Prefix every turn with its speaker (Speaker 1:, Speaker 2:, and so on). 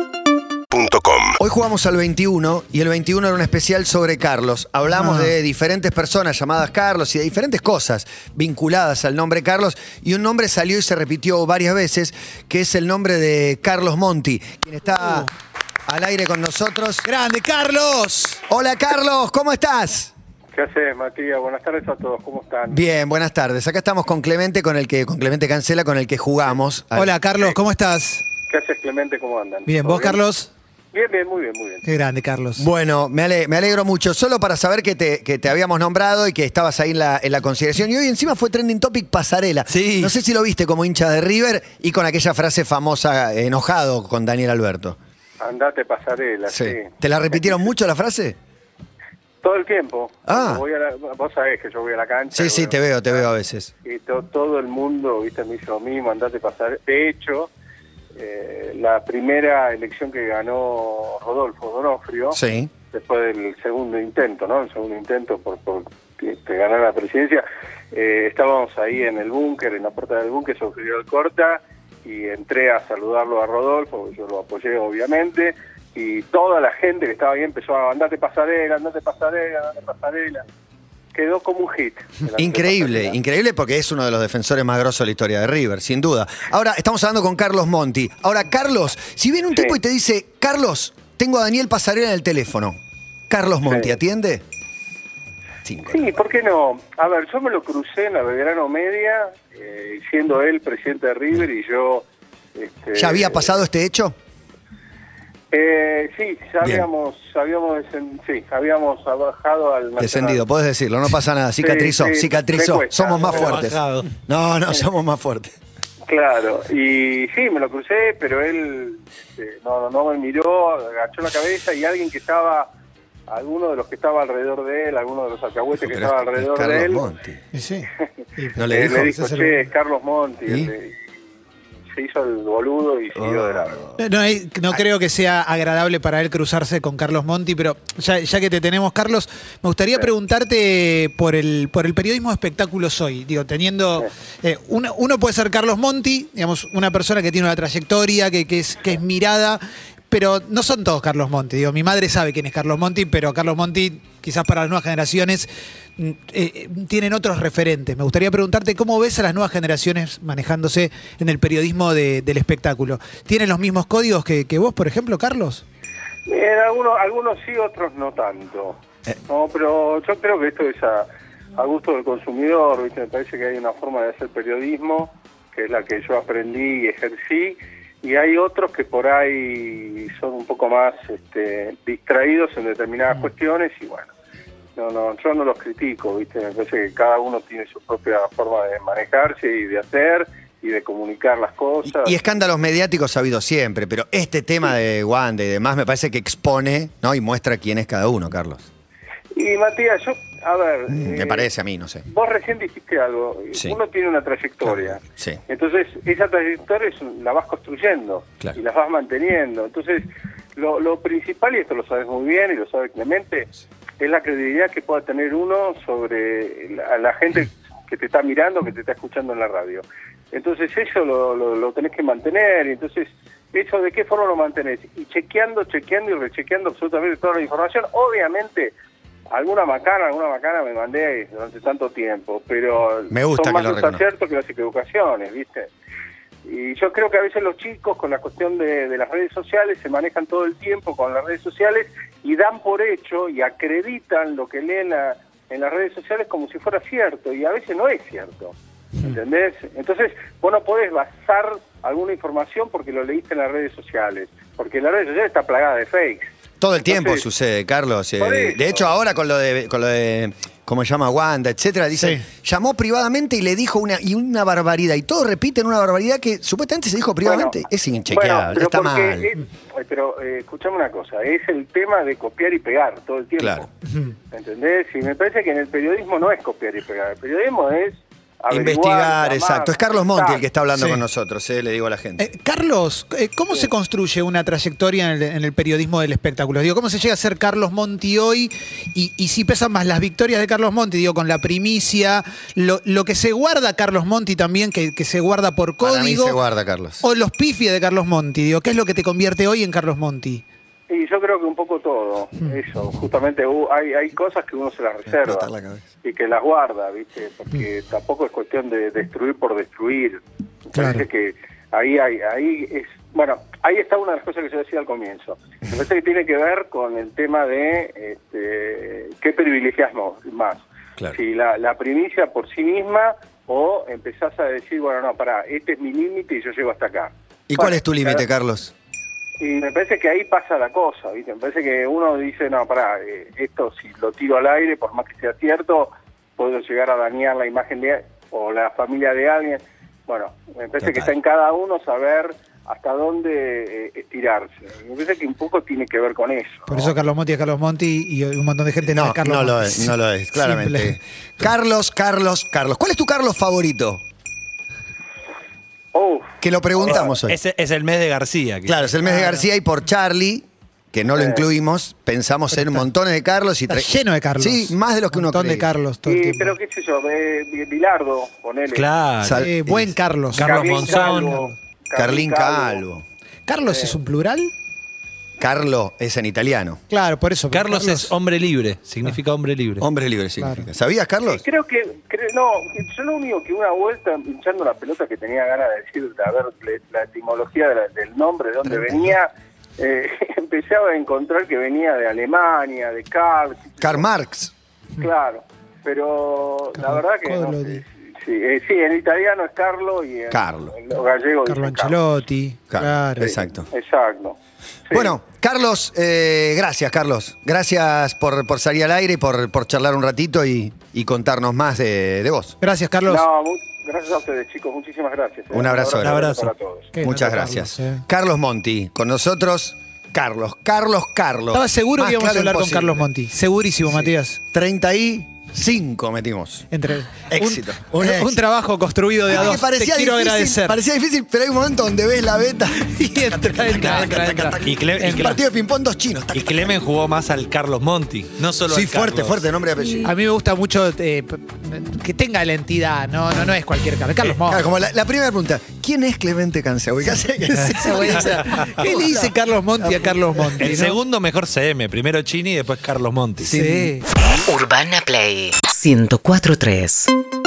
Speaker 1: UrbanaPlayFM.com
Speaker 2: Hoy jugamos al 21 y el 21 era un especial sobre Carlos. Hablamos
Speaker 3: Ah.
Speaker 2: de diferentes personas llamadas Carlos y de diferentes cosas vinculadas al nombre Carlos y un nombre salió y se repitió varias veces que es el nombre de Carlos Monti, quien está
Speaker 3: Uh.
Speaker 2: al aire con nosotros.
Speaker 3: ¡Grande, Carlos!
Speaker 2: Hola Carlos, ¿cómo estás?
Speaker 4: ¿Qué haces, Matías? Buenas tardes a todos, ¿cómo están?
Speaker 2: Bien, buenas tardes. Acá estamos con Clemente, con el que con Clemente Cancela, con el que jugamos. Al-
Speaker 3: Hola, Carlos, ¿cómo estás?
Speaker 4: ¿Qué haces, Clemente? ¿Cómo andan?
Speaker 3: Bien,
Speaker 4: ¿Todo
Speaker 3: ¿vos, Carlos?
Speaker 4: Bien, bien, muy bien, muy bien.
Speaker 3: Qué grande, Carlos.
Speaker 2: Bueno, me, ale- me alegro mucho. Solo para saber que te, que te habíamos nombrado y que estabas ahí en la, en la consideración. Y hoy encima fue trending topic pasarela.
Speaker 3: Sí.
Speaker 2: No sé si lo viste como hincha de River y con aquella frase famosa eh, enojado con Daniel Alberto.
Speaker 4: Andate pasarela, sí.
Speaker 2: ¿Te la repitieron mucho la frase?
Speaker 4: Todo el tiempo.
Speaker 2: Ah.
Speaker 4: Voy a la- vos sabés que yo voy a la cancha.
Speaker 2: Sí,
Speaker 4: y
Speaker 2: sí,
Speaker 4: bueno,
Speaker 2: te veo, te veo a veces.
Speaker 4: Y to- todo el mundo, viste, me hizo a mí, mandate pasar. De hecho, eh, la primera elección que ganó Rodolfo Donofrio,
Speaker 2: Sí.
Speaker 4: después del segundo intento, ¿no? El segundo intento por, por este, ganar la presidencia. Eh, estábamos ahí en el búnker, en la puerta del búnker, se ofreció el corta y entré a saludarlo a Rodolfo, yo lo apoyé obviamente, y toda la gente que estaba ahí empezó a andate pasarela, andate pasarela, andate pasarela. Quedó como un hit. el andate
Speaker 2: Increíble,
Speaker 4: pasarela.
Speaker 2: increíble porque es uno de los defensores más grosos de la historia de River, sin duda. Ahora, estamos hablando con Carlos Monti. Ahora, Carlos, si viene un
Speaker 4: Sí.
Speaker 2: tipo y te dice, Carlos, tengo a Daniel Pasarela en el teléfono. Carlos Monti,
Speaker 4: Sí.
Speaker 2: ¿atiende? Cinco.
Speaker 4: Sí, ¿por qué no? A ver, yo me lo crucé en la Belgrano Media, eh, siendo él presidente de River y yo... este,
Speaker 2: ¿Ya había pasado este hecho?
Speaker 4: Eh, sí, ya
Speaker 2: Bien.
Speaker 4: habíamos, ya habíamos, desen- sí, habíamos bajado al Nacional.
Speaker 2: Descendido, podés decirlo, no pasa nada. Cicatrizó,
Speaker 4: sí,
Speaker 2: cicatrizó.
Speaker 4: me cuesta,
Speaker 2: somos más
Speaker 4: me
Speaker 2: fuertes.
Speaker 3: bajado.
Speaker 2: No, no, somos más fuertes.
Speaker 4: Claro, y sí, me lo crucé, pero él este, no, no me miró, agachó la cabeza y alguien que estaba, alguno de los que estaba alrededor de él, alguno de los alcahuetes que
Speaker 2: Pero es-
Speaker 4: estaba
Speaker 2: es
Speaker 4: alrededor
Speaker 2: Carlos
Speaker 4: de él,
Speaker 2: Monti.
Speaker 3: Y sí.
Speaker 2: No le
Speaker 4: eh,
Speaker 2: dijo.
Speaker 4: le dijo,
Speaker 3: Se
Speaker 4: che,
Speaker 3: lo-
Speaker 4: es Carlos Monti,
Speaker 2: ¿Y? Oh.
Speaker 4: eh, se hizo el boludo y siguió de largo.
Speaker 3: No, no hay- no creo que sea agradable para él cruzarse con Carlos Monti, pero ya, ya que te tenemos, Carlos, me gustaría preguntarte por el, por el periodismo de espectáculos hoy. Digo, teniendo. eh, una- uno puede ser Carlos Monti, digamos, una persona que tiene una trayectoria, que, que es, que es mirada. Pero no son todos Carlos Monti. Digo, mi madre sabe quién es Carlos Monti, pero Carlos Monti, quizás para las nuevas generaciones, mm, eh, eh, tienen otros referentes. Me gustaría preguntarte cómo ves a las nuevas generaciones manejándose en el periodismo de- del espectáculo. ¿Tienen los mismos códigos que, que vos, por ejemplo, Carlos?
Speaker 4: Bien, Eh, algunos, algunos sí, otros no tanto.
Speaker 2: Eh.
Speaker 4: No, pero yo creo que esto es a, a gusto del consumidor, ¿viste? me parece que hay una forma de hacer periodismo, que es la que yo aprendí y ejercí, y hay otros que por ahí son un poco más este, distraídos en determinadas
Speaker 2: Mm.
Speaker 4: cuestiones y bueno, no, no, yo no los critico, ¿viste? me parece que cada uno tiene su propia forma de manejarse y de hacer y de comunicar las
Speaker 2: Y,
Speaker 4: cosas.
Speaker 2: y escándalos mediáticos ha habido siempre, pero este tema de Wanda y demás me parece que expone ¿no? y muestra quién es cada uno, Carlos.
Speaker 4: Y Matías, yo, a ver...
Speaker 2: Mm, Me
Speaker 4: eh,
Speaker 2: parece a mí, no sé.
Speaker 4: Vos recién dijiste algo,
Speaker 2: Sí.
Speaker 4: uno tiene una trayectoria.
Speaker 2: Sí.
Speaker 4: Entonces, esa trayectoria es un- la vas construyendo
Speaker 2: Claro.
Speaker 4: y las vas manteniendo. Entonces, lo, lo principal, y esto lo sabes muy bien y lo sabe Clemente, es la credibilidad que pueda tener uno sobre la, la gente que te está mirando, que te está escuchando en la radio. Entonces, eso lo, lo, lo tenés que mantener. y Entonces, eso de qué forma lo mantenés. Y chequeando, chequeando y rechequeando absolutamente toda la información, obviamente. Alguna macana, alguna macana me mandé durante tanto tiempo, pero
Speaker 2: Me gusta
Speaker 4: son
Speaker 2: que
Speaker 4: más
Speaker 2: lo
Speaker 4: los
Speaker 2: reconozca.
Speaker 4: aciertos que las equivocaciones, ¿viste? Y yo creo que a veces los chicos con la cuestión de, de las redes sociales se manejan todo el tiempo con las redes sociales y dan por hecho y acreditan lo que leen a- en las redes sociales como si fuera cierto y a veces no es cierto.
Speaker 2: Mm.
Speaker 4: ¿Entendés? Entonces, vos no podés basar alguna información porque lo leíste en las redes sociales, porque la red social está plagada de fakes.
Speaker 2: Todo el tiempo
Speaker 4: Entonces,
Speaker 2: sucede, Carlos. Eh,
Speaker 4: por eso.
Speaker 2: de hecho, ahora con lo de, con lo de cómo se llama Wanda, etcétera, dice,
Speaker 3: Sí.
Speaker 2: llamó privadamente y le dijo una, y una barbaridad. Y todos repiten una barbaridad que supuestamente se dijo privadamente.
Speaker 4: Bueno,
Speaker 2: es inchequeable,
Speaker 4: bueno, pero
Speaker 2: está
Speaker 4: porque
Speaker 2: mal.
Speaker 4: es- pero eh, escuchame una cosa, es el tema de copiar y pegar todo el tiempo.
Speaker 2: Claro.
Speaker 4: ¿Entendés? Y me parece que en el periodismo no es copiar y pegar, el periodismo es averiguar,
Speaker 2: Investigar,
Speaker 4: llamar.
Speaker 2: exacto. Es Carlos Monti el que está hablando
Speaker 3: Sí.
Speaker 2: con nosotros, eh, le digo a la gente.
Speaker 3: Eh, Carlos, eh, ¿cómo se construye una trayectoria en el, en el periodismo del espectáculo? Digo, ¿cómo se llega a ser Carlos Monti hoy? Y, y si pesan más las victorias de Carlos Monti, digo, con la primicia, lo, lo que se guarda Carlos Monti también, que, que se guarda por código,
Speaker 2: Para mí se guarda, Carlos.
Speaker 3: o los pifies de Carlos Monti, digo, ¿qué es lo que te convierte hoy en Carlos Monti?
Speaker 4: Y yo creo que un poco todo, eso, justamente hu- hay, hay cosas que uno se las reserva
Speaker 2: Hmm. explotar la cabeza. Hmm.
Speaker 4: y que las guarda, ¿viste? Porque tampoco es cuestión de destruir por destruir. Me
Speaker 3: Claro.
Speaker 4: Parece que ahí hay, ahí es, bueno, ahí está una de las cosas que yo decía al comienzo. Me parece que tiene que ver con el tema de este, qué privilegiamos más.
Speaker 2: Claro.
Speaker 4: Si la, la primicia por sí misma o empezás a decir, bueno, no, pará, este es mi límite y yo llego hasta acá.
Speaker 2: ¿Y cuál
Speaker 4: Bueno, eh,
Speaker 2: es tu límite,
Speaker 4: cada-
Speaker 2: Carlos?
Speaker 4: y me parece que ahí pasa la cosa, ¿viste? Me parece que uno dice, no, pará, eh, esto si lo tiro al aire, por más que sea cierto, puedo llegar a dañar la imagen de o la familia de alguien. Bueno, me parece que está en cada uno saber hasta dónde eh, estirarse. Me parece que un poco tiene que ver con eso.
Speaker 3: Por
Speaker 4: ¿no?
Speaker 3: eso Carlos Monti es Carlos Monti y un montón de gente no,
Speaker 2: Oh. No,
Speaker 3: es Carlos
Speaker 2: no lo
Speaker 3: Monti.
Speaker 2: es, no lo es, claramente.
Speaker 3: Simple.
Speaker 2: Carlos, Carlos, Carlos. ¿Cuál es tu Carlos favorito?
Speaker 4: Uf,
Speaker 2: Que lo preguntamos hoy.
Speaker 1: Es, es el mes de García. que-
Speaker 2: Claro, es el mes de García y por Charlie, que no lo incluimos, pensamos en montones de Carlos y
Speaker 3: Está
Speaker 2: tre-
Speaker 3: lleno de Carlos.
Speaker 2: Sí, más de los que uno
Speaker 3: Un montón
Speaker 2: cree.
Speaker 3: de Carlos todo el
Speaker 4: y,
Speaker 3: tiempo.
Speaker 4: pero qué sé yo, eh, Bilardo, ponele.
Speaker 1: Claro.
Speaker 2: Sal-
Speaker 3: Eh, buen Carlos.
Speaker 1: Carlos
Speaker 4: Carlín
Speaker 1: Monzón.
Speaker 4: Calvo,
Speaker 2: Carlín Calvo.
Speaker 3: ¿Carlos es un plural?
Speaker 2: Carlo es en italiano.
Speaker 3: Claro, por eso. porque
Speaker 1: Carlos, es hombre libre, significa hombre libre.
Speaker 2: Ah. Hombre libre significa. ¿Sabías, Carlos?
Speaker 4: Creo que, creo- no, yo lo único que una vuelta pinchando la pelota que tenía ganas de decir, de ver le- la etimología de la- del nombre, de dónde venía, eh, empecé a encontrar que venía de Alemania, de Karl,
Speaker 2: Karl Marx.
Speaker 4: claro, pero la verdad que no.
Speaker 3: Carlo
Speaker 4: sé.
Speaker 3: Di.
Speaker 4: Sí, eh, sí, en italiano es Carlo y en,
Speaker 2: Carlo.
Speaker 4: en los gallegos
Speaker 3: Carlo
Speaker 4: dicen Carlo.
Speaker 3: Ancelotti.
Speaker 2: Carlos,
Speaker 3: Claro.
Speaker 2: Exacto.
Speaker 4: Exacto. Sí.
Speaker 2: Bueno, Carlos, eh, gracias, Carlos. Gracias por, por salir al aire y por, por charlar un ratito y, y contarnos más de, de vos.
Speaker 3: Gracias, Carlos.
Speaker 4: No, mu- gracias a ustedes, chicos, muchísimas gracias. eh.
Speaker 2: Un abrazo
Speaker 1: grande.
Speaker 4: para todos.
Speaker 3: Qué
Speaker 2: Muchas
Speaker 3: grande,
Speaker 2: gracias.
Speaker 3: Carlos, eh.
Speaker 2: Carlos Monti, con nosotros, Carlos, Carlos, Carlos.
Speaker 3: Estaba seguro
Speaker 2: Más
Speaker 3: que íbamos
Speaker 2: claro
Speaker 3: a hablar
Speaker 2: imposible.
Speaker 3: con Carlos Monti. Segurísimo, Matías.
Speaker 2: 35 metimos.
Speaker 3: Entre,
Speaker 2: Éxito.
Speaker 3: Un,
Speaker 2: Un
Speaker 3: un- un
Speaker 2: éxito.
Speaker 3: trabajo construido de a
Speaker 2: Porque
Speaker 3: dos. Te quiero
Speaker 2: difícil,
Speaker 3: agradecer.
Speaker 2: Parecía difícil, pero hay un momento donde ves la beta.
Speaker 3: Y entra, entra, entra, entra.
Speaker 1: Y Cle- y
Speaker 3: En
Speaker 1: Cle-
Speaker 2: Partido de ping-pong, dos chinos. tac,
Speaker 1: Y Clemen jugó más al Carlos Monti, no solo
Speaker 2: Sí,
Speaker 1: al
Speaker 2: fuerte,
Speaker 1: Carlos.
Speaker 2: fuerte, nombre y apellido.
Speaker 3: A mí me gusta mucho eh, p- que tenga la entidad. No, no, no es cualquier Carlos.
Speaker 1: Eh,
Speaker 3: Carlos
Speaker 2: Claro,
Speaker 3: Monti.
Speaker 2: como la, la primera pregunta, ¿quién es Clemente Canceo? ¿Qué hace?
Speaker 3: ¿Qué le dice Carlos Monti a Carlos Monti?
Speaker 1: El
Speaker 3: no?
Speaker 1: segundo mejor CM, primero Chini y después Carlos Monti.
Speaker 3: Sí.
Speaker 5: Urbana Play 1043